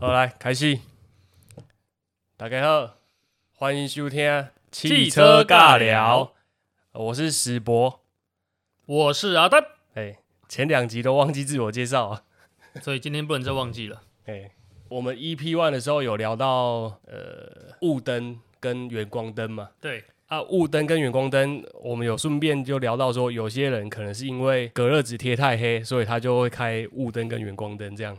好，来开始。大家好，欢迎收听汽车尬聊，我是史博。我是阿丹，哎、前两集都忘记自我介绍啊。所以今天不能再忘记了。哎、我们 EP one 的时候有聊到呃雾灯跟远光灯嘛，对，啊雾灯跟远光灯，我们有顺便就聊到说，有些人可能是因为隔热纸贴太黑，所以他就会开雾灯跟远光灯这样。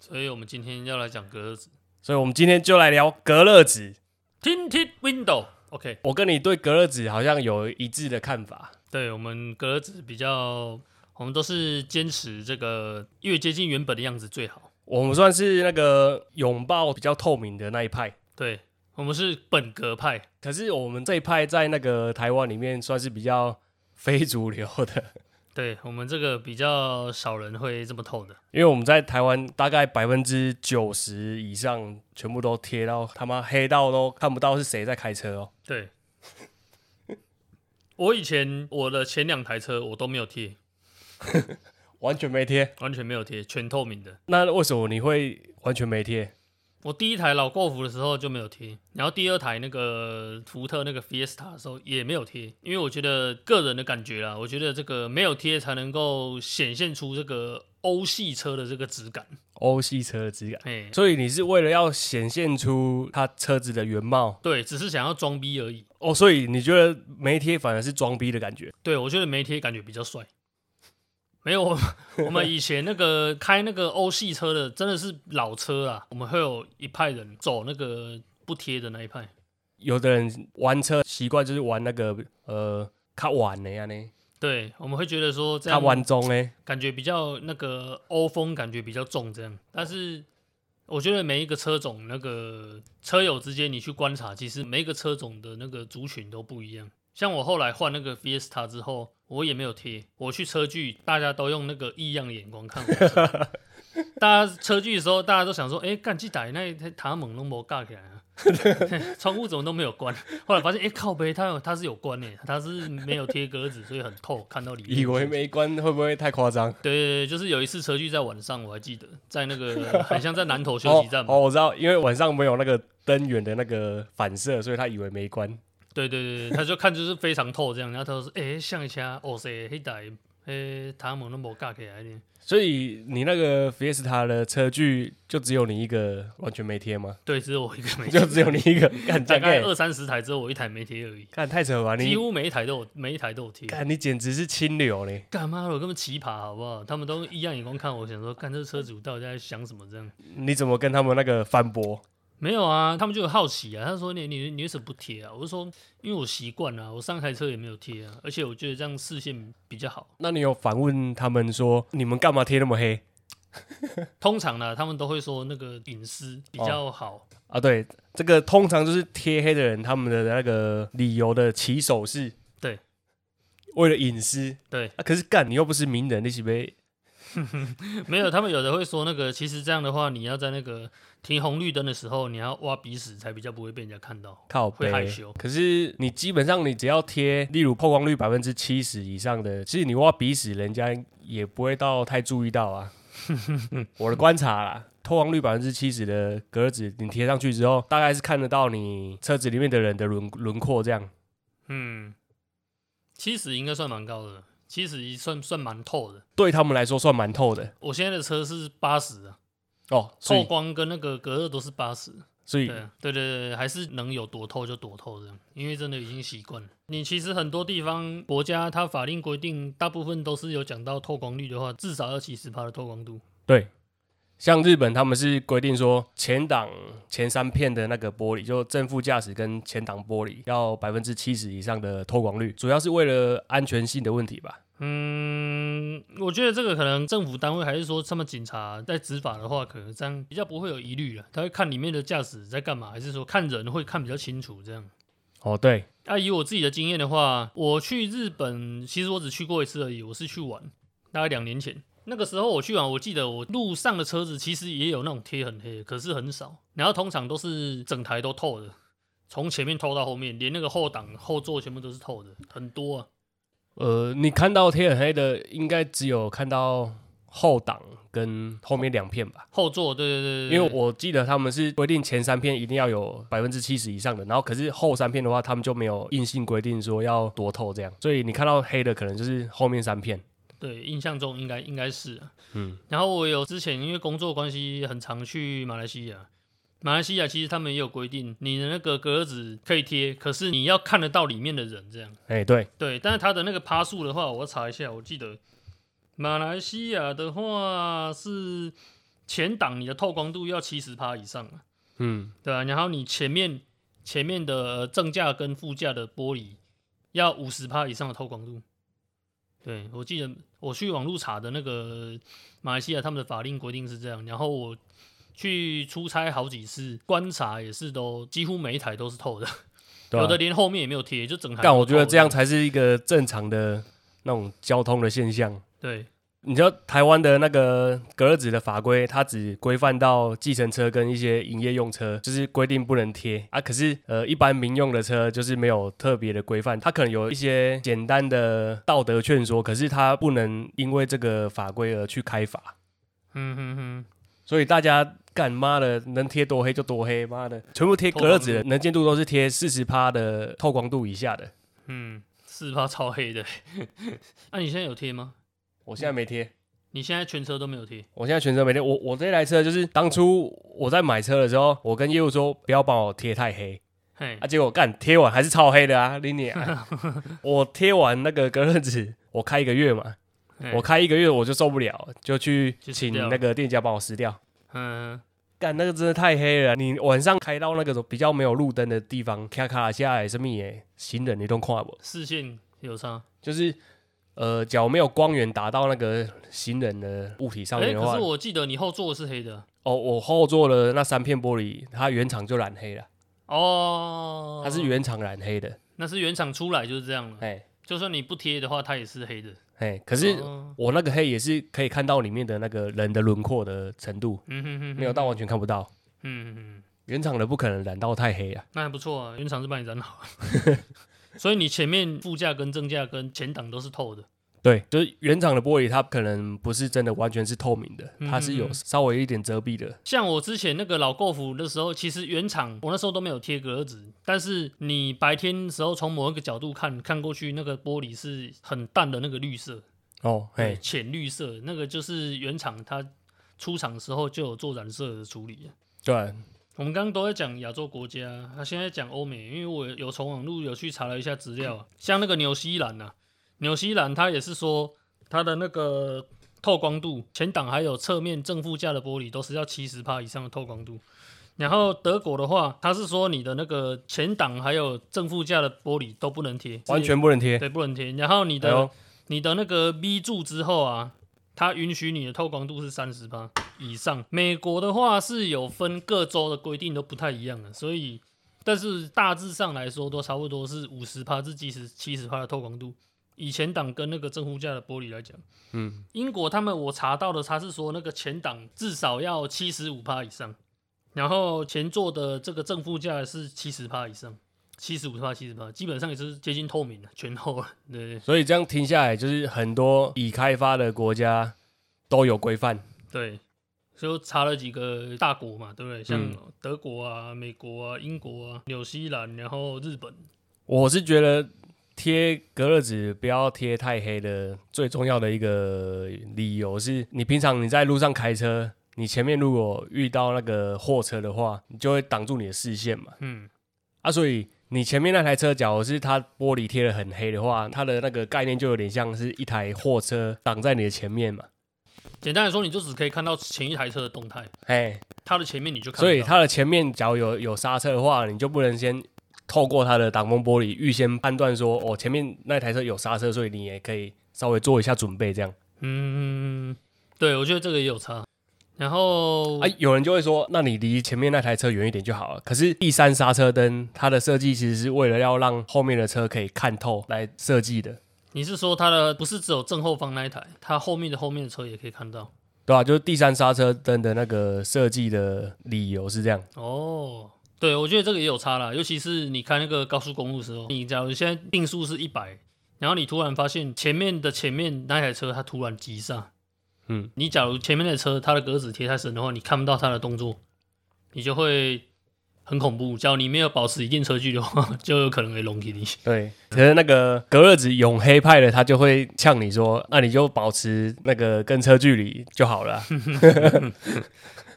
所以我们今天要来讲格子所以我们今天就来聊隔热纸。 tinted window。OK，我跟你对隔热纸好像有一致的看法。对我们格子比较，我们都是坚持这个越接近原本的样子最好。我们算是那个拥抱比较透明的那一派，对我们是本格派，可是我们这一派在那个台湾里面算是比较非主流的， 对我们这个比较少人会这么透的。因为我们在台湾大概百分之九十以上全部都贴到他妈黑到都看不到是谁在开车哦。对，我以前我的前两台车我都没有贴，完全没贴，完全没有贴，全透明的。那为什么你会完全没贴？我第一台老过服的时候就没有贴，然后第二台那个福特那个 Fiesta 的时候也没有贴，因为我觉得个人的感觉啦，我觉得这个没有贴才能够显现出这个欧系车的这个质感。欧系车的质感，哎，所以你是为了要显现出它车子的原貌对，只是想要装逼而已。哦，所以你觉得没贴反而是装逼的感觉？对我觉得没贴感觉比较帅。没有，我们 我们以前那个开那个欧系车的真的是老车啊，我们会有一派人走那个不贴的那一派。有的人玩车习惯就是玩那个呃，较晚的呀呢，对，我们会觉得说这较样晚中呢。感觉比较那个欧风感觉比较重这样，但是我觉得每一个车种那个车友之间你去观察，其实每一个车种的那个族群都不一样。像我后来换那个 Fiesta 之后，我也没有贴，我去车距，大家都用那个异样的眼光看我的车。大家车距的时候，大家都想说，哎、干这台那台塔猛都没盖起来啊， 窗户怎么都没有关？后来发现，哎、靠背它有它是有关的、它是没有贴格子，所以很透，看到里面。以为没关会不会太夸张？对对对，就是有一次车距在晚上，我还记得，在那个很像在南投休哦息站嘛。哦，我知道，因为晚上没有那个灯源的那个反射，所以他以为没关。对对对对，他就看就是非常透这样，然后他就说：“哎、像一下，哦塞，黑带，哎，塔姆那么尬起来呢。所以你那个 Fiesta 的车距就只有你一个完全没贴 吗？”对，只有我一个没贴就，只有你 一个，干大这概样欸二三十台，只有我一台没贴而已，干太扯了吧？几你乎每一台都有，每一台都有贴。干你简直是清流嘞！干嘛了？我根本奇葩，好不好？他们都异样眼光看我，想说，干这车主到底在想什么？这样你怎么跟他们那个反驳？没有啊，他们就很好奇啊。他说你：“你你为什么不贴啊？”我就说：“因为我习惯了、我上台车也没有贴啊，而且我觉得这样视线比较好。”那你有反问他们说你们干嘛贴那么黑通常呢，他们都会说那个隐私比较好。啊？对，这个通常就是贴黑的人他们的那个理由的起手是，对，为了隐私对，啊。可是干你又不是名人，你是被没有，他们有的会说那个，其实这样的话，你要在那个停红绿灯的时候，你要挖鼻屎才比较不会被人家看到。靠会背害羞可是你基本上你只要贴，例如曝光率百分之七十以上的，其实你挖鼻屎，人家也不会到太注意到啊。 我的观察啦，透光率百分之七十的格子，你贴上去之后，大概是看得到你车子里面的人的轮轮廓这样。嗯，七十应该算蛮高的，七十算算蛮透的。对他们来说算蛮透的我现在的车是八十啊，哦，所透以光跟那个隔热都是八十。所以对啊对对对，还是能有多透就多透这样，因为真的已经习惯了。你其实很多地方国家它法令规定，大部分都是有讲到透光率的话，至少要七十帕的透光度。对，像日本他们是规定说前挡前三片的那个玻璃，就正副驾驶跟前挡玻璃要百分之七十以上的透光率，主要是为了安全性的问题吧。嗯，我觉得这个可能政府单位还是说，他们警察在执法的话，可能这样比较不会有疑虑了。他会看里面的驾驶在干嘛，还是说看人会看比较清楚这样。哦，对，那、以我自己的经验的话，我去日本，其实我只去过一次而已，我是去玩，大概两年前。那个时候我去玩，我记得我路上的车子其实也有那种贴很黑的，可是很少。然后通常都是整台都透的，从前面透到后面，连那个后挡、后座全部都是透的，很多啊。呃，你看到贴很黑的，应该只有看到后挡跟后面两片吧，后座，对对对对，因为我记得他们是规定前三片一定要有百分之七十以上的，然后可是后三片的话，他们就没有硬性规定说要多透这样，所以你看到黑的可能就是后面三片。对印象中应该应该是、啊，嗯，然后我有之前因为工作关系很常去马来西亚，马来西亚其实他们也有规定，你的那个格子可以贴，可是你要看得到里面的人这样。哎、对，对，但是它的那个趴数的话，我查一下，我记得马来西亚的话是前挡你的透光度要七十趴以上啊，嗯，对啊，然后你前面前面的呃正架跟副架的玻璃要五十趴以上的透光度。对，我记得我去网络查的那个马来西亚他们的法令规定是这样，然后我去出差好几次观察也是都几乎每一台都是透的，对有啊的连后面也没有贴，就整台。但我觉得这样。才是一个正常的那种交通的现象。对，你知道台湾的那个格子的法规，它只规范到计程车跟一些营业用车，就是规定不能贴啊。可是呃，一般民用的车就是没有特别的规范，它可能有一些简单的道德劝说，可是它不能因为这个法规而去开罚。嗯哼哼，所以大家干妈的能贴多黑就多黑，妈的全部贴格子的，能见度都是贴四十趴的透光度以下的。嗯，四趴超黑的。 那、你现在有贴吗？我现在没贴。你现在全车都没有贴，我现在全车没贴。我我这台车就是当初我在买车的时候，我跟业务说不要帮我贴太黑嘿啊，，结果干贴完还是超黑的啊，你你、 我贴完那个隔热纸，我开一个月嘛，嘿我开一个月我就受不了，就去就撕请掉了那个店家帮我撕掉。嗯，干那个真的太黑了，啊你晚上开到那个比较没有路灯的地方，咔咔下来什么耶，行人你都看不，视线有差。就是呃脚没有光源打到那个行人的物体上哎、面的话，可是我记得你后座是黑的。啊哦，我后座的那三片玻璃，它原厂就染黑了，哦，嗯它是原厂染黑的，那是原厂出来就是这样了。哎就算你不贴的话，它也是黑的。哎，可是哦我那个黑也是可以看到里面的那个人的轮廓的程度，嗯哼哼，没有到完全看不到，嗯，嗯嗯，原厂的不可能染到太黑啊，那还不错啊，原厂是帮你染好。所以你前面副驾跟正驾跟前挡都是透的。对，就是原厂的玻璃它可能不是真的完全是透明的，它是嗯嗯有嗯稍微一点遮蔽的，像我之前那个老购服的时候，其实原厂我那时候都没有贴格子，但是你白天时候从某一个角度看看过去，那个玻璃是很淡的那个绿色，哦，对，嘿，浅绿色，那个就是原厂它出厂时候就有做染色的处理了。对，我们刚刚都在讲亚洲国家，那、现在讲欧美，因为我有从网络有去查了一下资料啊，像那个纽西兰呐、啊，纽西兰它也是说它的那个透光度，前挡还有侧面正副驾的玻璃都是要七十帕以上的透光度。然后德国的话，它是说你的那个前挡还有正副驾的玻璃都不能贴，完全不能贴，对不能贴。然后你哎的、呦，你的那个 V 柱之后啊，它允许你的透光度是三十八以上。美国的话是有分各州的规定都不太一样的，所以但是大致上来说都差不多是五十帕至七十七十帕的透光度。以前挡跟那个正负价的玻璃来讲，嗯，英国他们我查到的，他是说那个前挡至少要七十五帕以上，然后前座的这个正负价是七十帕以上，七十五帕七十帕，基本上也是接近透明了，全透了，对对所以这样听下来，就是很多已开发的国家都有规范，对，就查了几个大国嘛，对不对？像嗯德国啊、美国啊、英国啊、纽西兰，然后日本。我是觉得贴隔热纸不要贴太黑的，最重要的一个理由是你平常你在路上开车，你前面如果遇到那个货车的话，你就会挡住你的视线嘛。嗯，啊，所以你前面那台车，假如是它玻璃贴的很黑的话，它的那个概念就有点像是一台货车挡在你的前面嘛。简单来说，你就只可以看到前一台车的动态，哎，它的前面你就看不到。所以它的前面假如有有刹车的话，你就不能先。透过它的挡风玻璃，预先判断说，哦，前面那台车有刹车，所以你也可以稍微做一下准备，这样。嗯，对，我觉得这个也有差。然后，啊，有人就会说，那你离前面那台车远一点就好了。可是第三刹车灯它的设计其实是为了要让后面的车可以看透来设计的，你是说它的不是只有正后方那一台，它后面的后面的车也可以看到？对吧、就是第三刹车灯的那个设计的理由是这样。哦，对，我觉得这个也有差啦，尤其是你开那个高速公路的时候，你假如现在定速是一百，然后你突然发现前面的前面那台车它突然急刹，嗯，你假如前面的车它的格子贴太深的话，你看不到它的动作，你就会很恐怖。假如你没有保持一定车距的话， 就有可能会弄给你。对，可是那个隔热纸永黑派的，他就会呛你说，啊那你就保持那个跟车距离就好了啊。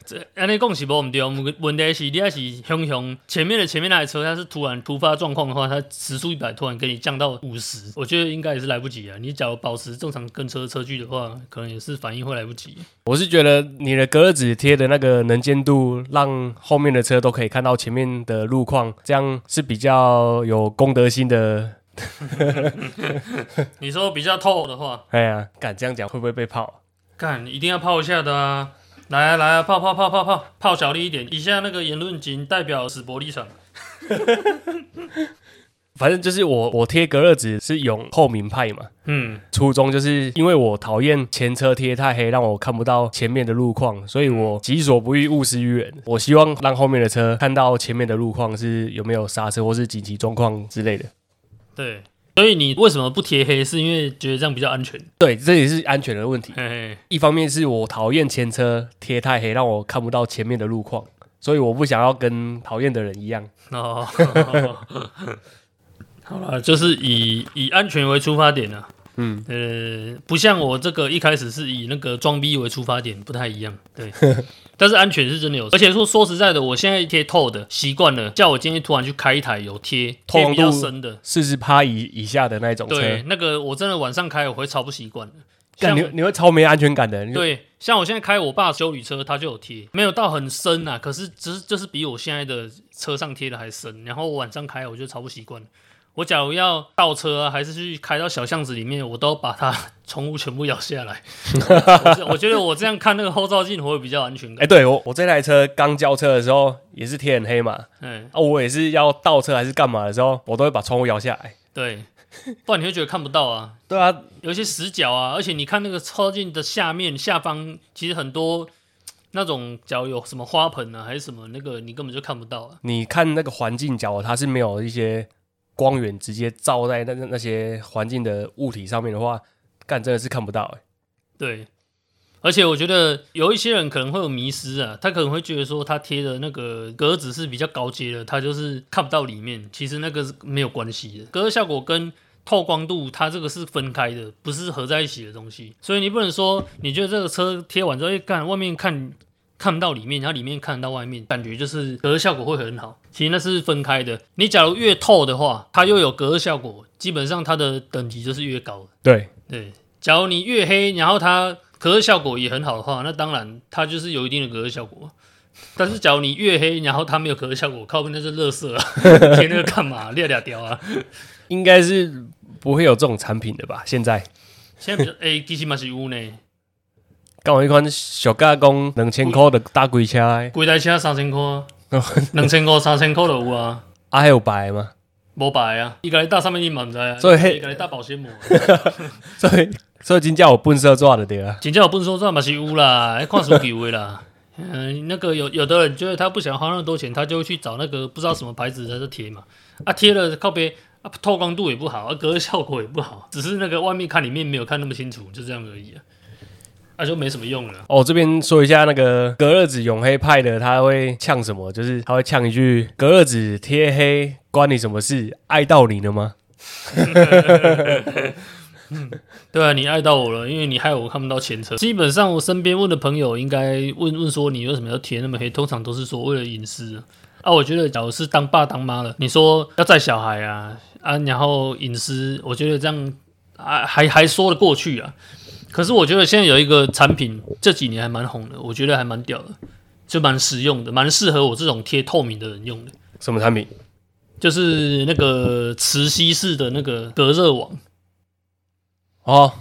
这安尼讲是无毋对，问问题是你要是熊熊前面的前面那台车，它是突然突发状况的话，它时速一百突然给你降到五十，我觉得应该也是来不及啊。你假如保持正常跟车车距的话，可能也是反应会来不及。我是觉得你的隔热纸贴的那个能见度，让后面的车都可以看到前面的路况，这样是比较有公德心的。你说比较透的话，哎呀，敢这样讲会不会被泡？干一定要泡一下的啊！来啊来啊，泡泡泡泡泡泡小力一点。以下那个言论仅代表史伯立场。反正就是我，我贴隔热纸是永后明派嘛。嗯，初衷就是因为我讨厌前车贴太黑，让我看不到前面的路况，所以我己所不欲，勿施于人。我希望让后面的车看到前面的路况是有没有刹车或是紧急状况之类的。对。所以你为什么不贴黑？是因为觉得这样比较安全。对，这也是安全的问题。嘿嘿，一方面是我讨厌前车贴太黑，让我看不到前面的路况，所以我不想要跟讨厌的人一样。哦， 好了，就是以以安全为出发点啊。嗯，呃，不像我这个一开始是以那个装逼为出发点，不太一样。 对，但是安全是真的有，而且说说实在的，我现在贴透的习惯了，叫我今天突然去开一台有贴透贴光比较度深的，四十趴以以下的那种车，对，那个我真的晚上开我会超不习惯的。干像你我你会超没安全感的。你就，对，像我现在开我爸修理车，他就有贴，没有到很深啊，可是只是就是比我现在的车上贴的还深。然后我晚上开，我就超不习惯。我假如要倒车啊，还是去开到小巷子里面，我都把它 宠物全部咬下来。我是我觉得我这样看那个后照镜，我会比较安全哎、感。对我我这台车刚交车的时候也是贴很黑嘛，嗯，啊，我也是要倒车还是干嘛的时候，我都会把窗户摇下来。对，不然你会觉得看不到啊。对啊，有一些死角啊，而且你看那个超镜的下面下方，其实很多那种假如有什么花盆啊，还是什么那个，你根本就看不到啊。你看那个环境角，它是没有一些光源直接照在那那那些环境的物体上面的话，干真的是看不到、欸。对，而且我觉得有一些人可能会有迷失啊，他可能会觉得说他贴的那个格子是比较高阶的，他就是看不到里面，其实那个是没有关系的，隔热效果跟。透光度，它这个是分开的，不是合在一起的东西，所以你不能说你觉得这个车贴完之后，哎、干外面看看不到里面，然后里面看得到外面，感觉就是隔热效果会很好。其实那是分开的，你假如越透的话，它又有隔热效果，基本上它的等级就是越高的。对，对，假如你越黑，然后它隔热效果也很好的话，那当然它就是有一定的隔热效果。但是假如你越黑，然后它没有隔热效果，靠边那是垃 圾啊，贴那个干嘛？裂俩屌啊！应该是不会有这种产品的吧？现在现在比较哎，其实嘛是有呢，干我一款小加工两千块的大龟车的，规台车三千块，啊哦两千块、三千块都有啊。啊还有白吗？无白啊，伊甲你搭上面你嘛毋知啊，所以迄伊甲你搭保鲜膜啊， 所以所以今叫我笨色抓的对啊。真正有本事这嘛是有啦，迄看输球的啦。 嗯，那个有有的人觉得他不想花那么多钱，他就会去找那个不知道什么牌子的就贴嘛，啊贴了靠边啊透光度也不好，啊隔热效果也不好，只是那个外面看里面没有看那么清楚，就这样而已啊，啊就没什么用了。哦，这边说一下那个隔热纸永黑派的，他会呛什么？就是他会呛一句：“隔热纸贴黑，关你什么事？碍到你了吗对啊，你爱到我了，因为你害我看不到前车。基本上我身边问的朋友，应该问问说你为什么要贴那么黑，通常都是说为了隐私啊。啊我觉得假如是当爸当妈了，你说要带小孩啊啊，然后隐私，我觉得这样啊还还说得过去啊。可是我觉得现在有一个产品这几年还蛮红的，我觉得还蛮屌的，就蛮实用的，蛮适合我这种贴透明的人用的，？”什么产品？就是那个磁吸式的那个隔热网。哦，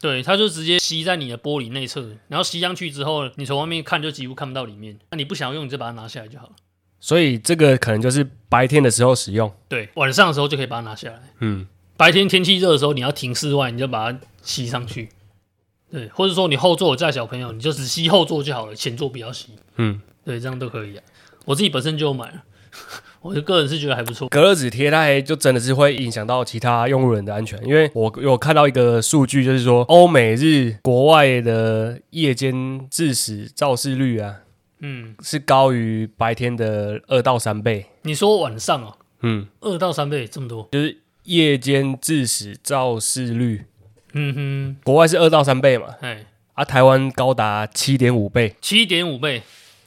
对，它就直接吸在你的玻璃内侧，然后吸上去之后，你从外面看就几乎看不到里面。那你不想要用，你就把它拿下来就好了。所以这个可能就是白天的时候使用。对，晚上的时候就可以把它拿下来。嗯，白天天气热的时候，你要停室外，你就把它吸上去。对，或者说你后座有载小朋友，你就只吸后座就好了，前座不要吸。嗯，对，这样都可以啊。我自己本身就有买了， 我个人是觉得还不错。隔热纸贴它还就真的是会影响到其他用户人的安全，因为我有看到一个数据，就是说欧美日国外的夜间致死肇事率啊嗯，是高于白天的二到三倍，你说晚上哦，嗯，二到三倍这么多，夜间致死肇事率嗯国外是二到三倍嘛，哼，哎，啊台湾高达七点五倍，七点五倍，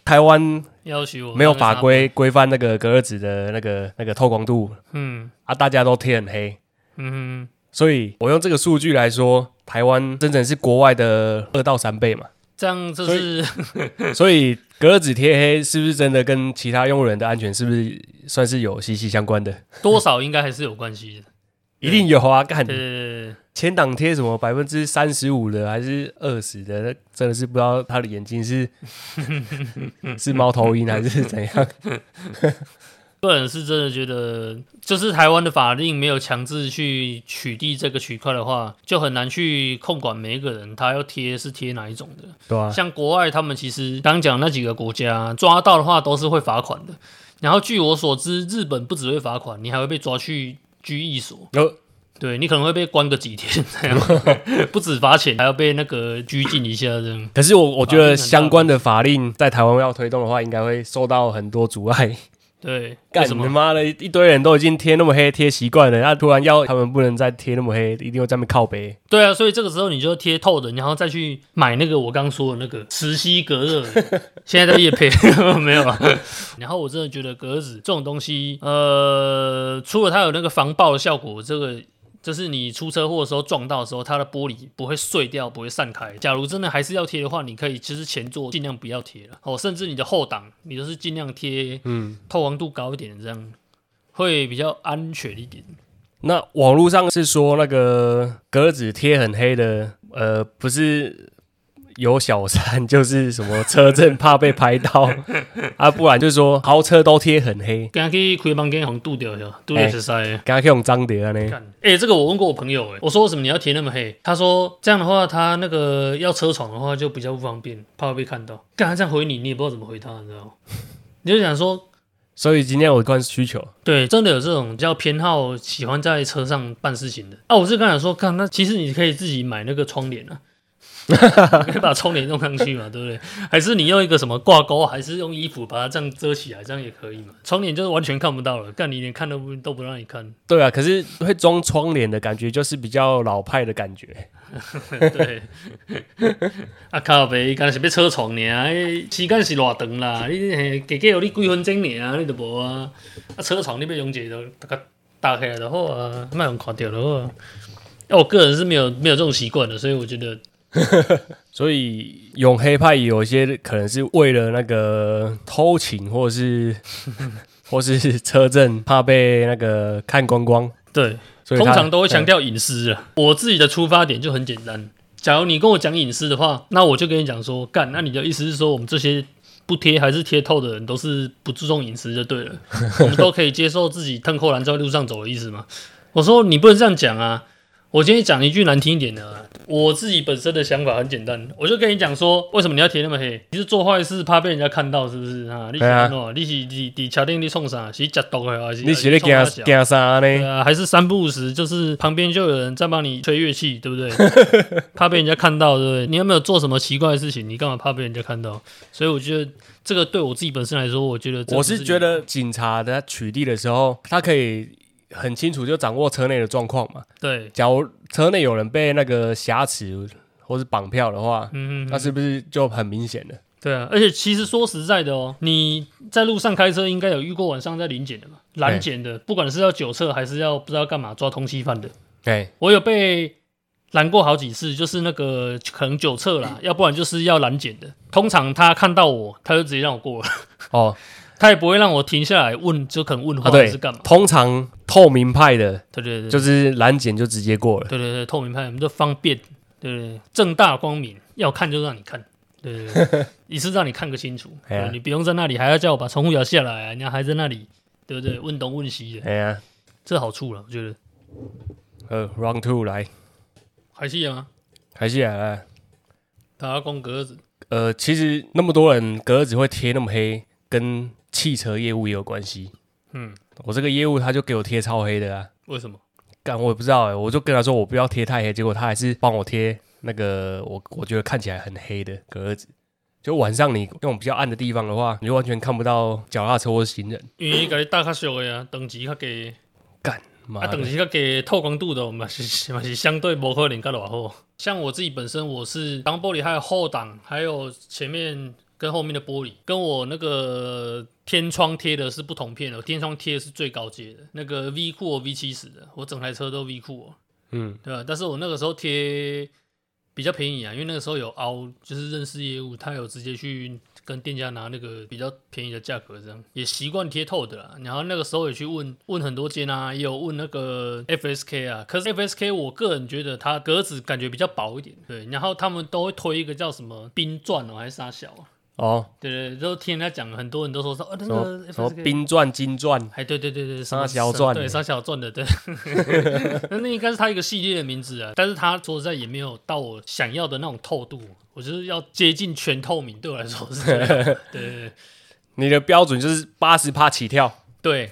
台湾要求我没有哦那个啥法，规规范那个隔热纸的那个那个透光度嗯啊，大家都贴很黑，嗯哼，所以我用这个数据来说，台湾真正是国外的二到三 倍嘛。这样这所是所以隔热纸贴黑是不是真的跟其他用户人的安全是不是算是有息息相关的？多少应该还是有关系的。一定有啊！干对对对对，前挡贴什么百分之三十五的还是二十的，那真的是不知道他的眼睛是 是猫头鹰还是怎 样。个人是真的觉得，就是台湾的法令没有强制去取缔这个区块的话，就很难去控管每一个人他要贴是贴哪一种的。对啊，像国外他们其实刚讲那几个国家抓到的话都是会罚款的。然后据我所知，日本不只会罚款，你还会被抓去拘役所，然后对你可能会被关个几天这 样，不止罚钱，还要被那个拘禁一下这样。可是我我觉法令得很大相关的法令在台湾要推动的话，应该会受到很多阻碍。对，为干什你么？妈的，一堆人都已经贴那么黑，贴习惯了，啊那突然要他们不能再贴那么黑，一定会在那边靠背。对啊，所以这个时候你就贴透的，然后再去买那个我刚说的那个磁吸隔热的，现在在夜配 没有啊。然后我真的觉得格子这种东西，呃，除了它有那个防爆的效果，这个就是你出车祸的时候撞到的时候，它的玻璃不会碎掉，不会散开。假如真的还是要贴的话，你可以其实前座尽量不要贴了，哦，甚至你的后挡，你都是尽量贴，嗯，透光度高一点，这样会比较安全一点。那网络上是说那个格子贴很黑的，呃，不是有小三，就是什么车震怕被拍 到啊，不然就是说豪车都贴很黑，刚刚去开房间红度掉了，度掉哎是塞。刚刚用脏碟啊呢，干哎、这个我问过我朋友、哎，我说为什么你要贴那么黑？他说这样的话，他那个要车闯的话就比较不方便，怕会被看到。干他这样回你，你也不知道怎么回他，你知道吗？ 你就想说，所以今天我看需求，对，真的有这种比较偏好喜欢在车上办事情的啊。我是刚想说，看那其实你可以自己买那个窗帘啊， 你可以把窗帘弄上去嘛，对不对？还是你用一个什么挂钩，还是用衣服把它这样遮起来，这样也可以嘛。窗帘就是完全看不到了，干你连看都不都不让你看。对啊，可是会装窗帘的感觉就是比较老派的感觉，对，啊靠呗，干是要车床尔，迄时间是偌长啦，你嘿加加有你几分钟尔，你都无啊。啊车床你要用一个就大家搭起来就好啊，莫用看到就好啊。啊，我个人是没有没有这种习惯的，所以我觉得所以永黑派有一些可能是为了那个偷情或 是或是车震怕被那个看光光，对，所以通他常都会对强调隐私啊。我自己的出发点就很简单，假如你跟我讲隐私的话，那我就跟你讲说，干，那你的意思是说我们这些不贴还是贴透的人都是不注重隐私就 对了，我们都可以接受自己腾扣篮在路上走的意思吗？我说你不能这样讲啊。我今天讲一句难听一点的、啊，我自己本身的想法很简单，我就跟你讲说，为什么你要贴那么黑？你是做坏事怕被人家看到是不是啊？你是对啊安怎样？你是你你桥顶你冲啥？是吃毒的还是？你是咧还创啥惊小惊啥对呢？啊，还是三不五时，就是旁边就有人在帮你吹乐器，对 不对？怕被人家看到，对不对？你有没有做什么奇怪的事情？你干嘛怕被人家看到？所以我觉得这个对我自己本身来说，我觉得这我不是一觉得警察在取缔的时候，他可以很清楚就掌握车内的状况嘛。对，假如车内有人被那个挟持或是绑票的话，嗯，那是不是就很明显了？对啊。而且其实说实在的哦，你在路上开车应该有遇过晚上在临检的嘛，拦对检的，不管是要酒测还是要不知道干嘛抓通缉犯的，对，我有被拦过好几次，就是那个可能酒测啦，要不然就是要拦检的。通常他看到我，他就直接让我过了。哦，他也不会让我停下来问，就可能问话啊还对是干嘛？通常透明派的对对对，就是拦检就直接过了。对对对，透明派我们就方便，对对对，正大光明，要看就让你看，对 对对，一次让你看个清楚，哎呀对你不用在那里还要叫我把窗户摇下来、啊，人家还在那里，对不对？问东问西的，哎呀，这好处了，我觉得呃，round two 来，还是一样啊，还是来来。打光格子，呃，其实那么多人格子会贴那么黑，跟汽车业务也有关系。嗯，我这个业务他就给我贴超黑的啊，为什么？干我也不知道哎、我就跟他说我不要贴太黑，结果他还是帮我贴那个我我觉得看起来很黑的格子。就晚上你那种比较暗的地方的话，你就完全看不到脚踏车或行人。因为甲你搭较俗的啊，等级较低，妈啊，等的，级较低，透光度的嘛是嘛是相对无可能较偌好。像我自己本身，我是挡玻璃还有后挡，还有前面跟后面的玻璃，跟我那个天窗贴的是不同片的，天窗贴的是最高阶的，那个 V 酷 V 七十的，我整台车都 V 酷、嗯，对吧？但是我那个时候贴比较便宜啊，因为那个时候有凹，就是认识业务，他有直接去跟店家拿那个比较便宜的价格，这样也习惯贴透的啦。然后那个时候也去问问很多间啊，也有问那个 FSK 啊，可是 FSK 我个人觉得它格子感觉比较薄一点，对。然后他们都会推一个叫什么冰钻哦，还是啥小啊？哦，对对，对都听人家讲，很多人都说说哦，那什个么什么 FSK 冰钻、金钻，哎，对对对对，沙什么小钻对的沙小钻的，对， 那那应该是他一个系列的名字啊。但是他说实在也没有到我想要的那种透度，我就是要接近全透明，对我来说是这样。 对对对你的标准就是八十趴起跳。对，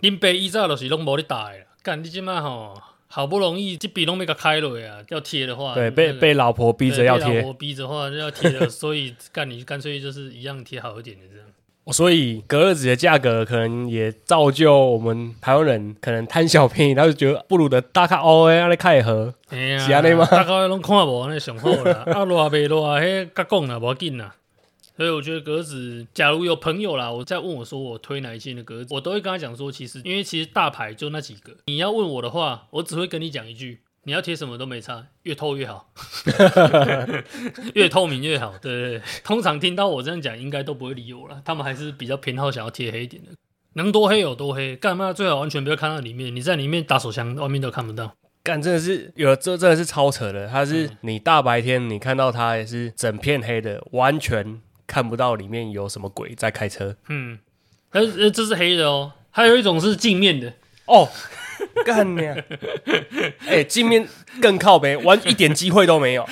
林北依照就是拢无咧打的啦，干你即摆吼，好不容易这笔拢要甲开落啊，要贴的话，对，被那个被老婆逼着对要被老贴，婆逼着的话要贴的，所以干你干脆就是一样贴好一点的这样。所以隔热纸的价格可能也造就我们台湾人可能贪小便宜，他就觉得不如的大卡 O A 来开盒。哎呀，是安尼吗大家拢看无，安尼上好 啦。啊，热袂热，迄甲讲啦，无要紧啦。所以我觉得格子，假如有朋友啦，我在问我说我推哪一件的格子，我都会跟他讲说，其实因为其实大牌就那几个，你要问我的话，我只会跟你讲一句，你要贴什么都没差，越透越 好，越透明越好。对对对，通常听到我这样讲，应该都不会理我了，他们还是比较偏好想要贴黑一点的，能多黑有多黑，干嘛最好完全不要看到里面，你在里面打手枪，外面都看不到。干真的是有的这真的是超扯的，它是嗯你大白天你看到它也是整片黑的，完全看不到里面有什么鬼在开车。嗯，但是呃这是黑的哦，还有一种是镜面的，哦，干你、啊！哎、镜面更靠北，完一点机会都没有。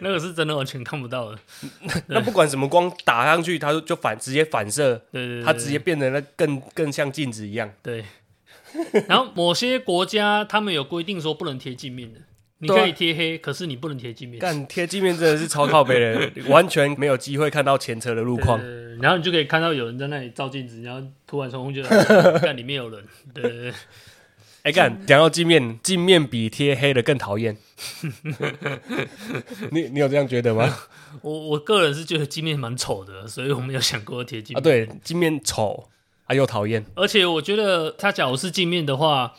那个是真的完全看不到的。那不管什么光打上去，它就就反直接反射，对对对，它直接变得那更更像镜子一样。对。然后某些国家他们有规定说不能贴镜面的，你对啊可以贴黑，可是你不能贴镜面。干贴镜面真的是超靠北的，完全没有机会看到前车的路对况。对对然后你就可以看到有人在那里照镜子，然后突然从空就 看里面有人。对对对，哎，干讲到镜面，镜面比贴黑的更讨厌。 你你有这样觉得吗？我我个人是觉得镜面蛮丑的，所以我没有想过贴镜啊，面。对，镜面丑啊又讨厌，而且我觉得它假如是镜面的话，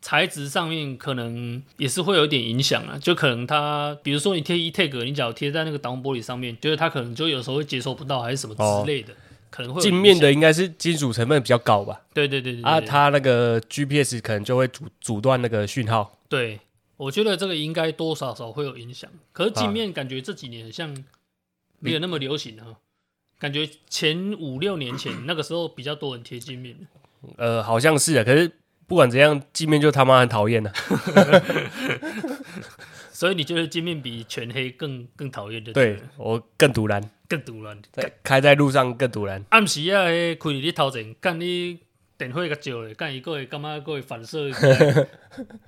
材质上面可能也是会有一点影响啊。就可能它，比如说你贴 e tag，你假如贴在那个挡风玻璃上面，就是它可能就有时候会接收不到，还是什么之类的，可能会有哦镜面影响。嗯的应该是金属成分比较高吧？对对对对对啊，它那个 GPS 可能就会阻阻断那个讯号。对，我觉得这个应该多少少会有影响。可是啊镜面感觉这几年好像没有那么流行啊。感觉前五六年前那个时候比较多人贴镜面，呃，好像是啊，可是不管怎样，镜面就他妈很讨厌了。啊所以你觉得镜面比全黑更更讨厌的？对，我更堵然，更毒乱。在开在路上更堵然。暗时啊，迄开伫你头前，干你电火较照咧，干伊个会感觉个会反射起来，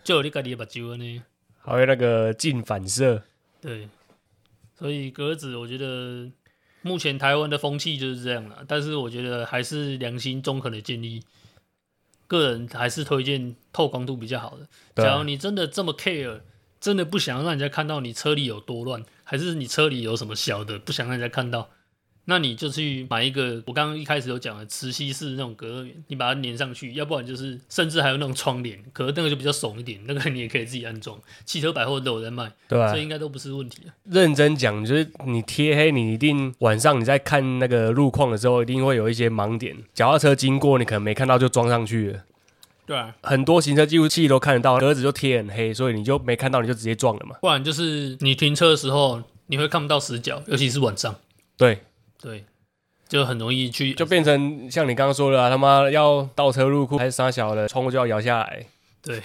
照你家己的目睭安尼。还有那个镜反射，对，所以格子，我觉得目前台湾的风气就是这样了。但是我觉得还是良心中肯的建议，个人还是推荐透光度比较好的。对啊假如你真的这么 care，真的不想让人家看到你车里有多乱，还是你车里有什么小的不想让人家看到，那你就去买一个我刚刚一开始有讲的磁吸式那种隔热帘，你把它粘上去，要不然就是甚至还有那种窗帘，可是那个就比较怂一点，那个你也可以自己安装，汽车百货都有在卖，对吧、所以应该都不是问题啊。认真讲，就是你贴黑，你一定晚上你在看那个路况的时候，一定会有一些盲点。脚踏车经过，你可能没看到就装上去了。对啊，很多行车记录器都看得到，格子就贴很黑，所以你就没看到，你就直接撞了嘛。不然就是你停车的时候你会看不到死角，尤其是晚上，对，对，就很容易去就变成像你刚刚说的、啊，他妈要倒车入库还是傻小的，窗户就要摇下来。对，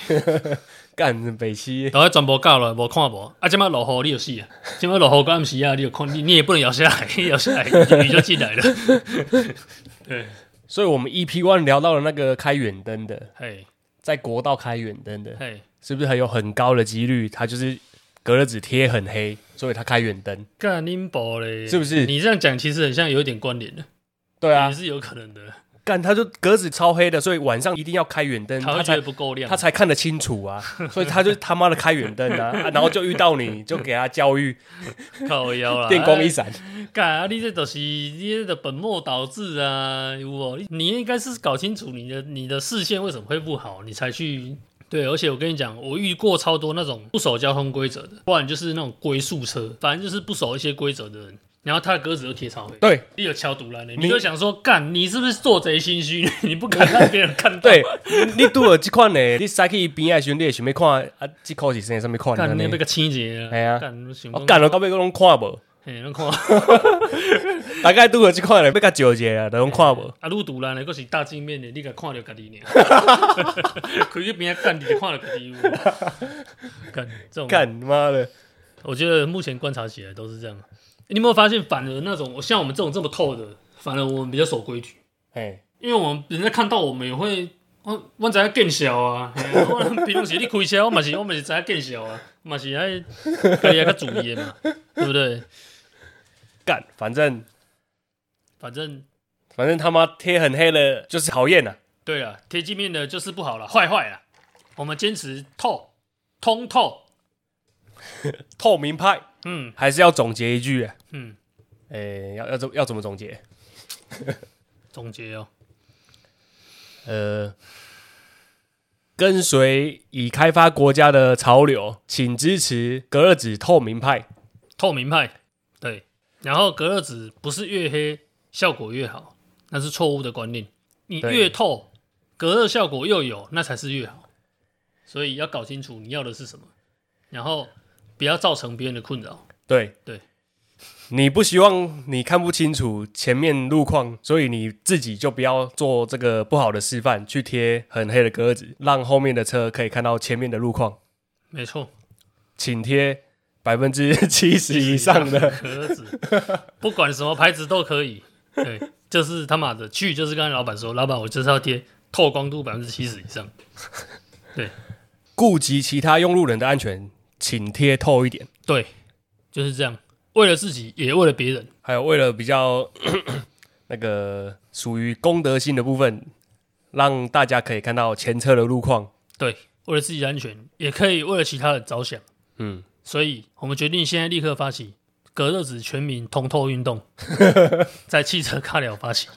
干北西，然后全部教了，无看无，啊，即摆落雨你就死啊，即摆落雨到暗 时啊，你就看你你也不能摇下来，摇下来雨就进来了。对，所以我们 EP one 聊到了那个开远灯的， 嘿，在国道开远灯的，嘿，是不是很有很高的几率，它就是隔热纸贴很黑，所以它开远灯，干拎宝嘞，是不是你这样讲，其实很像有一点关联的，对啊也，是有可能的。干它就隔纸超黑的，所以晚上一定要开远灯，他它会觉才得不够亮，他才看得清楚 啊，所以他就他妈的开远灯啊啊然后就遇到你就给他教 育靠腰啦。电光一闪，哎干啊！你这都是你这的本末倒置啊！有哦，你你应该是搞清楚你的你的视线为什么会不好，你才去。对，而且我跟你讲，我遇过超多那种不守交通规则的，不然就是那种龟速车，反正就是不守一些规则的人，然后他的鸽子都贴超黑，对你有敲毒了呢，你你就想说，干，你是不是做贼心虚？你不敢让别人看到？对， 你拄有这款呢，你塞去边爱兄弟想要看啊，这口是生什么款干，你呢那？个清洁，啊哎呀干，我想我说，干了到尾都拢看无，嘿，你看。大概拄有这款嘞，要甲招一下都拢看无。啊，愈毒啦，那个是大镜面的，你个看着家己呢，开去边仔干，你就看着家己有。干这种，干妈的，我觉得目前观察起来都是这样。你有没有发现，反而那种像我们这种这么透的，反而我们比较守规矩，哎，因为我们人家看到我们也会，我我知影见笑啊。嘿啊我平常时你开车，我嘛是我嘛是知影见笑啊，嘛是爱家己较注意的嘛，对不对？干，反正反正反正他妈贴很黑了，就是讨厌啊呐。对了，贴镜面的就是不好了，坏坏了。我们坚持透，通透。透明派嗯还是要总结一句，嗯，哎，要要怎要怎么总结？总结哦，呃，跟随已开发国家的潮流，请支持隔热纸透明派。透明派对，然后隔热纸不是越黑效果越好，那是错误的观念。你对越透，隔热效果又有，那才是越好。所以要搞清楚你要的是什么，然后不要造成别人的困扰。对对，你不希望你看不清楚前面路况，所以你自己就不要做这个不好的示范，去贴很黑的隔热纸，让后面的车可以看到前面的路况。没错，请贴百分之七十以上 的。隔热纸，不管什么牌子都可以。对，就是他妈的去，就是跟老板说，老板我就是要贴透光度百分之七十以上。顾及其他用路人的安全，请贴透一点。对，就是这样，为了自己也为了别人。还有为了比较 那个属于公德心的部分，让大家可以看到前车的路况。对，为了自己的安全，也可以为了其他人着想，嗯，所以我们决定现在立刻发起隔热纸全民通透运 动，在汽车尬聊发起，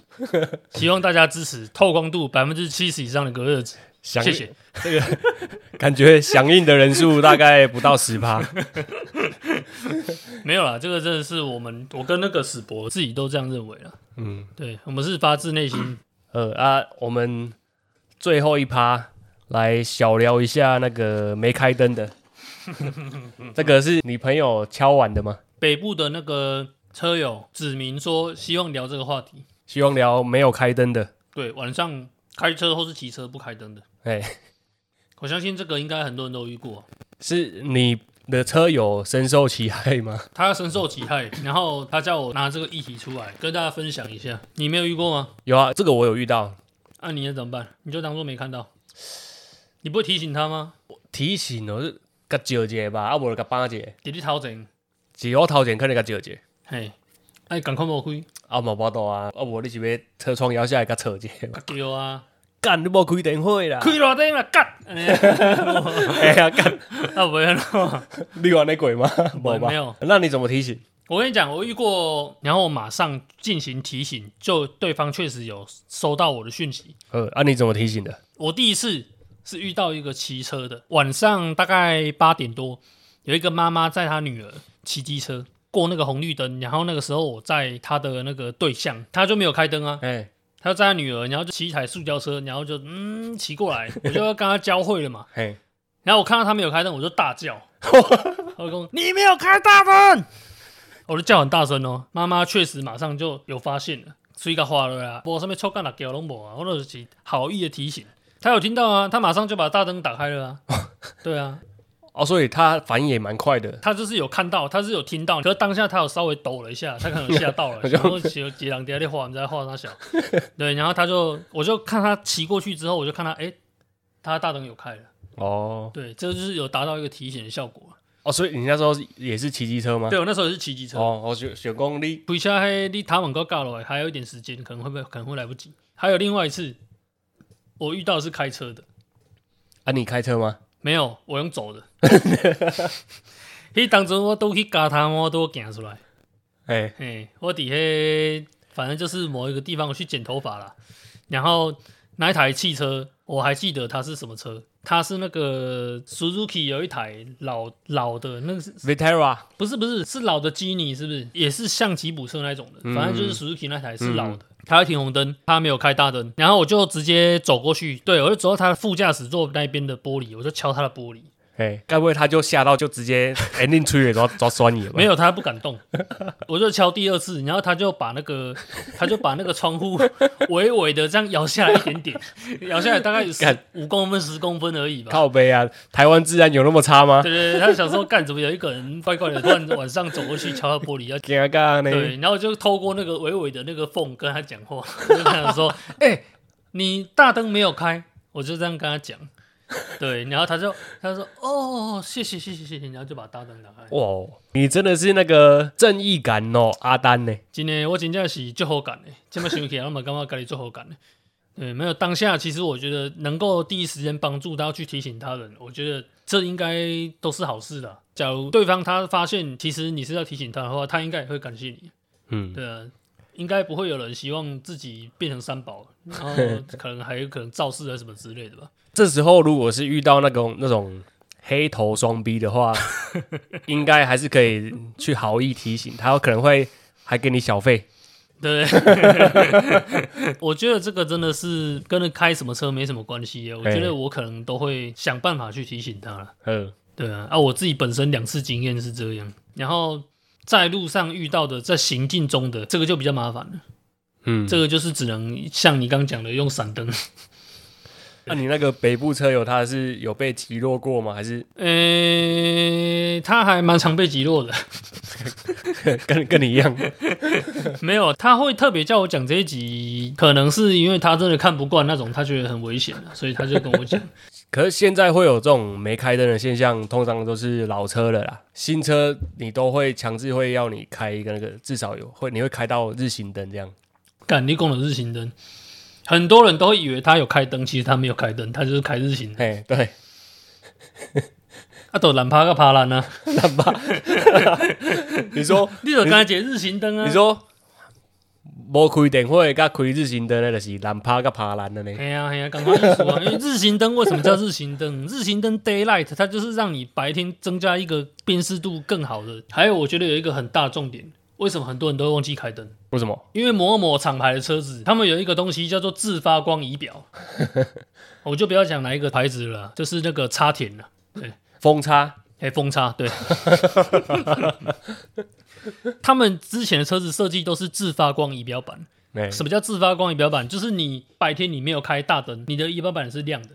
希望大家支持透光度百分之七十以上的隔热纸。响谢谢，感觉响应的人数大概不到十趴。 没有啦，这个真的是我们，我跟那个史博自己都这样认为了。嗯，对我们是发自内心，呃啊，我们最后一趴来小聊一下那个没开灯的。 这个是你朋友敲碗的吗？北部的那个车友指明说希望聊这个话题，希望聊没有开灯的。对，晚上开车或是骑车不开灯的，哎，我相信这个应该很多人都有遇过啊、是你的车友深受其害吗？他深受其害，然后他叫我拿这个议题出来跟大家分享一下。你没有遇过吗？有啊，这个我有遇到，啊，你要怎么办？你就当做没看到。你不会提醒他吗？提醒哦，是甲少一个吧，啊无就甲放一个，给你头前，是我头前可能甲少一个，嘿，哎，赶快无开，啊嘛无度啊，啊无你是要车窗摇下来甲扯一个，甲叫啊，干你无开电话 啦，开落顶啦，干，哎呀哎呀干，啊，不会咯。你有安尼鬼吗？无吧，没有。那你怎么提醒？我跟你讲，我遇过，然后我马上进行提醒，就对方确实有收到我的讯息，呃，啊你怎么提醒的？我第一次是遇到一个骑车的，晚上大概八点多，有一个妈妈载她女儿骑机车过那个红绿灯，然后那个时候我在她的那个对象，她就没有开灯啊，哎、她就载她女儿，然后就骑一台塑胶车，然后就嗯骑过来，我就要跟她交汇了嘛，嘿，然后我看到她没有开灯，我就大 叫，我就说你没有开大灯，我就叫很大声哦，妈妈确实马上就有发现了。吹个花了啊，我上面抽干了，给拢无啊，我 就是好意的提醒，他有听到啊，他马上就把大灯打开了啊，对啊，哦，所以他反应也蛮快的。他就是有看到，他是有听到，可是当下他有稍微抖了一下，他可能有吓 到了，好像然后杰杰朗迪在画，你在画 他小，对，然后他就我就看他骑过去之后，我就看他，哎、他大灯有开了，哦对，这就是有达到一个提醒的效果。哦，所以你那时候也是骑机车吗？对我那时候也是骑机车，哦，我选选功力回家嘿，离塔门高尬了，还有一点时间，可能会不会可能会来不及。还有另外一次，我遇到的是开车的，啊，你开车吗？没有，我用走的。 迄当中我都去加他，我都行出来。哎，嘿，我底下反正就是某一个地方我去剪头发啦，然后那一台汽车我还记得它是什么车，它是那个 Suzuki 有一台老老的那个是 Vitara 不是不是是老的基尼是不是也是像吉普车那种的，嗯反正就是 Suzuki 那台是老的。它会停红灯，它没有开大灯，然后我就直接走过去，对我就走到它的副驾驶座那边的玻璃，我就敲它的玻璃，哎，该不会他就吓到就直接 ending 出去抓抓酸你了吧？没有，他不敢动， 我就敲第二次，然后他就把那个，他就把那个窗户 微微的这样摇下来一点 点，摇下来大概有十干五公分、十公分而已吧。靠背啊，台湾治安有那么差吗？对对对，他想说干怎么有一个人怪怪的，突然晚上走过去敲他玻璃要。尴尬呢，对，然后就透过那个微微的那个缝跟他讲话， 我就跟他说：“哎、你大灯没有开。”我就这样跟他讲，对，然后他就他就说：“哦，谢谢谢谢谢谢。”然后就把大灯打开。哇，你真的是那个正义感哦，阿丹呢？今天我真正是最好感的，这么想起来，我嘛感觉家己最好感的。对，没有当下，其实我觉得能够第一时间帮助到去提醒他人，我觉得这应该都是好事的。假如对方他发现其实你是要提醒他的话，他应该也会感谢你。嗯，对啊，应该不会有人希望自己变成三宝，然后可能还有可能肇事啊什么之类的吧。这时候如果是遇到那种那种黑头双逼的话，应该还是可以去好意提醒他，可能会还给你小费。对 不对，我觉得这个真的是跟那开什么车没什么关系耶。我觉哎得我可能都会想办法去提醒他了。嗯，对啊，啊，我自己本身两次经验是这样，然后在路上遇到的，在行进中的这个就比较麻烦了，嗯，这个就是只能像你刚讲的用闪灯。那、你那个北部车友他是有被击落过吗？还是 呃、他还蛮常被击落的，跟跟你一样？没有，他会特别叫我讲这一集，可能是因为他真的看不惯那种，他觉得很危险啊所以他就跟我讲。可是现在会有这种没开灯的现象，通常都是老车了啦，新车你都会强制会要你开一个那个，至少有会你会开到日行灯这样。干，你供的日行灯，很多人都会以为他有开灯，其实他没有开灯，他就是开日行灯，嘿，对，啊，都懒趴个趴烂啊！你 说你有刚才讲日行灯啊？你说。无开电话，甲开日行灯的，就是蓝趴甲爬蓝的呢。哎呀哎呀，赶快艺术啊！因为日行灯为什么叫日行灯？日行灯 daylight 它就是让你白天增加一个辨识度更好的。还有，我觉得有一个很大的重点，为什么很多人都会忘记开灯？为什么？因为某某厂牌的车子，他们有一个东西叫做自发光仪表，我就不要讲哪一个牌子了，就是那个插田了，风差哎，风叉对。 他们之前的车子设计都是自发光仪表板，没什么叫自发光仪表板？就是你白天你没有开大灯，你的仪表板是亮的。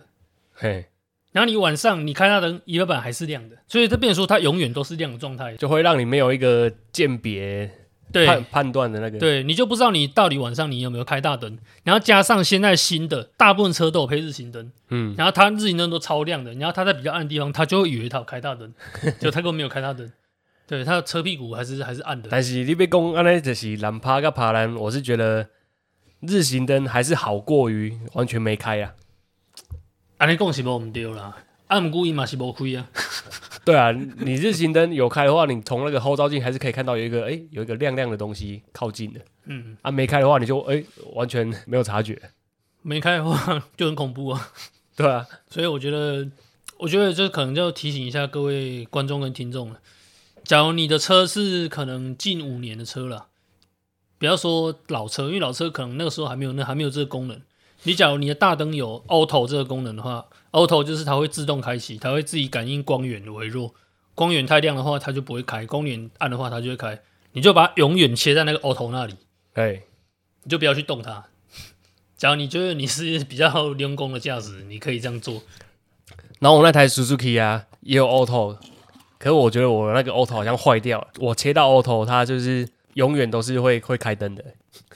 嘿，然后你晚上你开大灯，仪表板还是亮的，所以这变成说它永远都是亮的状态。就会让你没有一个鉴别判对，判断的那个。对你就不知道你到底晚上你有没有开大灯。然后加上现在新的大部分车都有配日行灯，嗯，然后它日行灯都超亮的，然后它在比较暗的地方，它就会以为它有开大灯，就它根本没有开大灯。对，它的车屁股还是还是暗的。但是你被讲安尼就是蓝趴跟爬蓝，我是觉得日行灯还是好过于完全没开啊。 安尼啊讲是无毋对啦，暗故意嘛是无开啊。对啊，你日行灯有开的话，你从那个后照镜还是可以看到有一个哎、诶有一个亮亮的东西靠近的。嗯，啊，没开的话你就哎、诶完全没有察觉。没开的话就很恐怖啊。对啊，所以我觉得，我觉得这可能就提醒一下各位观众跟听众了。假如你的车是可能近五年的车了，不要说老车，因为老车可能那个时候还没有那还没有这个功能。你假如你的大灯有 auto 这个功能的话，auto 就是它会自动开启，它会自己感应光源的微弱，光源太亮的话它就不会开，光源暗的话它就会开。你就把它永远切在那个 auto 那里，哎、你就不要去动它。假如你觉得你是比较用功的驾驶，你可以这样做。然后我那台 Suzuki 啊，也有 auto，可是我觉得我那个 auto 好像坏掉了，我切到 auto 它就是永远都是会会开灯的，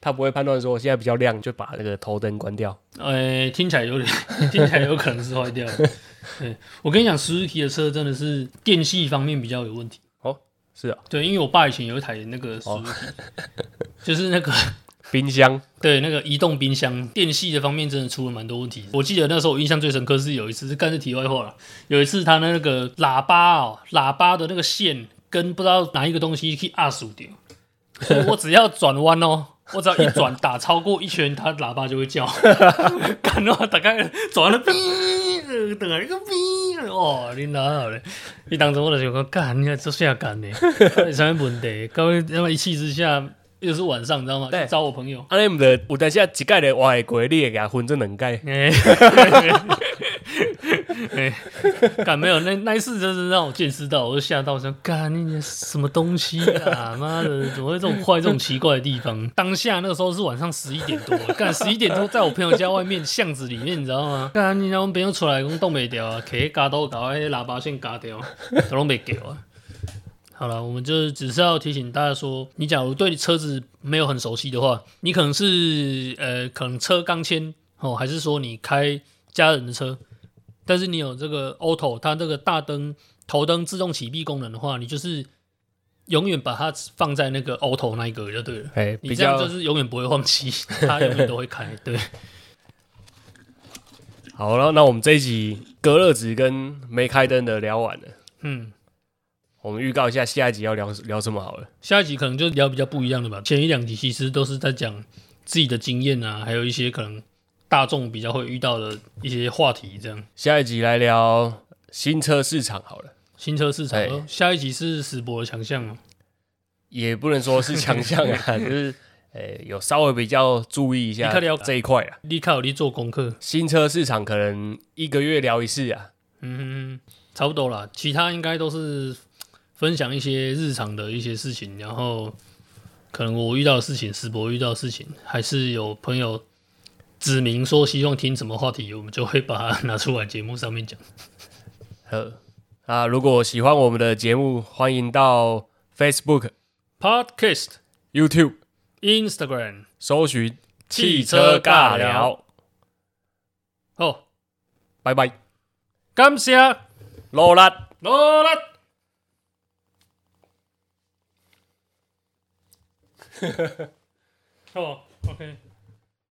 它不会判断说我现在比较亮，就把那个头灯关掉。呃，听起来有点， 听起来有可能是坏掉了。对，我跟你讲，Suzuki 的车真的是电器方面比较有问题。是啊，对，因为我爸以前有一台那个 Suzuki，、就是那个冰箱对那个移动冰箱，电器的方面真的出了蛮多问题。我记得那时候我印象最深刻是有一次，干是题外话了，有一次他那个喇叭哦，喇叭的那个线跟不知道哪一个东西去压死掉，所以我只要转弯哦。我只要一转打超过一圈，它喇叭就会叫， 干到大概转完了，哔，等下一个哔，哦，你哪好嘞？你当时我就想讲，干，你看这下干的，到底什么问题？到底那么一气之下，又是晚上，你知道吗？对去找我朋友，啊，你们的我等下一盖的我会过，你也给它分这两盖。哎， 哎 干没有那那一次真是让我见识到，我就吓到，我想干你什么东西啊！妈的，怎么会这种坏这种奇怪的地方？当下那个时候是晚上十一点多，干十一点多在我朋友家外面巷子里面，你知道吗？干你让我们朋友出来，我冻没掉啊，以嘎都搞，哎喇叭线嘎掉，都拢没给啊。好了，我们就只是要提醒大家说，你假如对车子没有很熟悉的话，你可能是呃，可能车刚签哦，还是说你开家人的车，但是你有这个 auto，它这个大灯头灯自动启闭功能的话，你就是永远把它放在那个 auto 那一格就对了。哎，比你这样较就是永远不会忘记，它永远都会开。对，好了。那我们这一集隔热纸跟没开灯的聊完了，嗯，我们预告一下下一集要聊聊什么好了。下一集可能就聊比较不一样的吧。前一两集其实都是在讲自己的经验啊，还有一些可能大众比较会遇到的一些话题，这样。下一集来聊新车市场好了，新车市场，哎哦下一集是史博的强项哦。也不能说是强项 啊，就是呃有稍微比较注意一你下看聊这一块啊。立刻有力做功课，新车市场可能一个月聊一次啊，嗯，差不多啦。其他应该都是分享一些日常的一些事情，然后可能我遇到的事情，史博遇到的事情，还是有朋友指明说希望听什么话题，我们就会把它 拿出来节目上面讲。呃啊，如果喜欢我们的节目，欢迎到 Facebook、 Podcast、 YouTube Instagram，搜寻“汽车尬聊”，哦，拜拜，感谢落力。罗拉。哦，OK。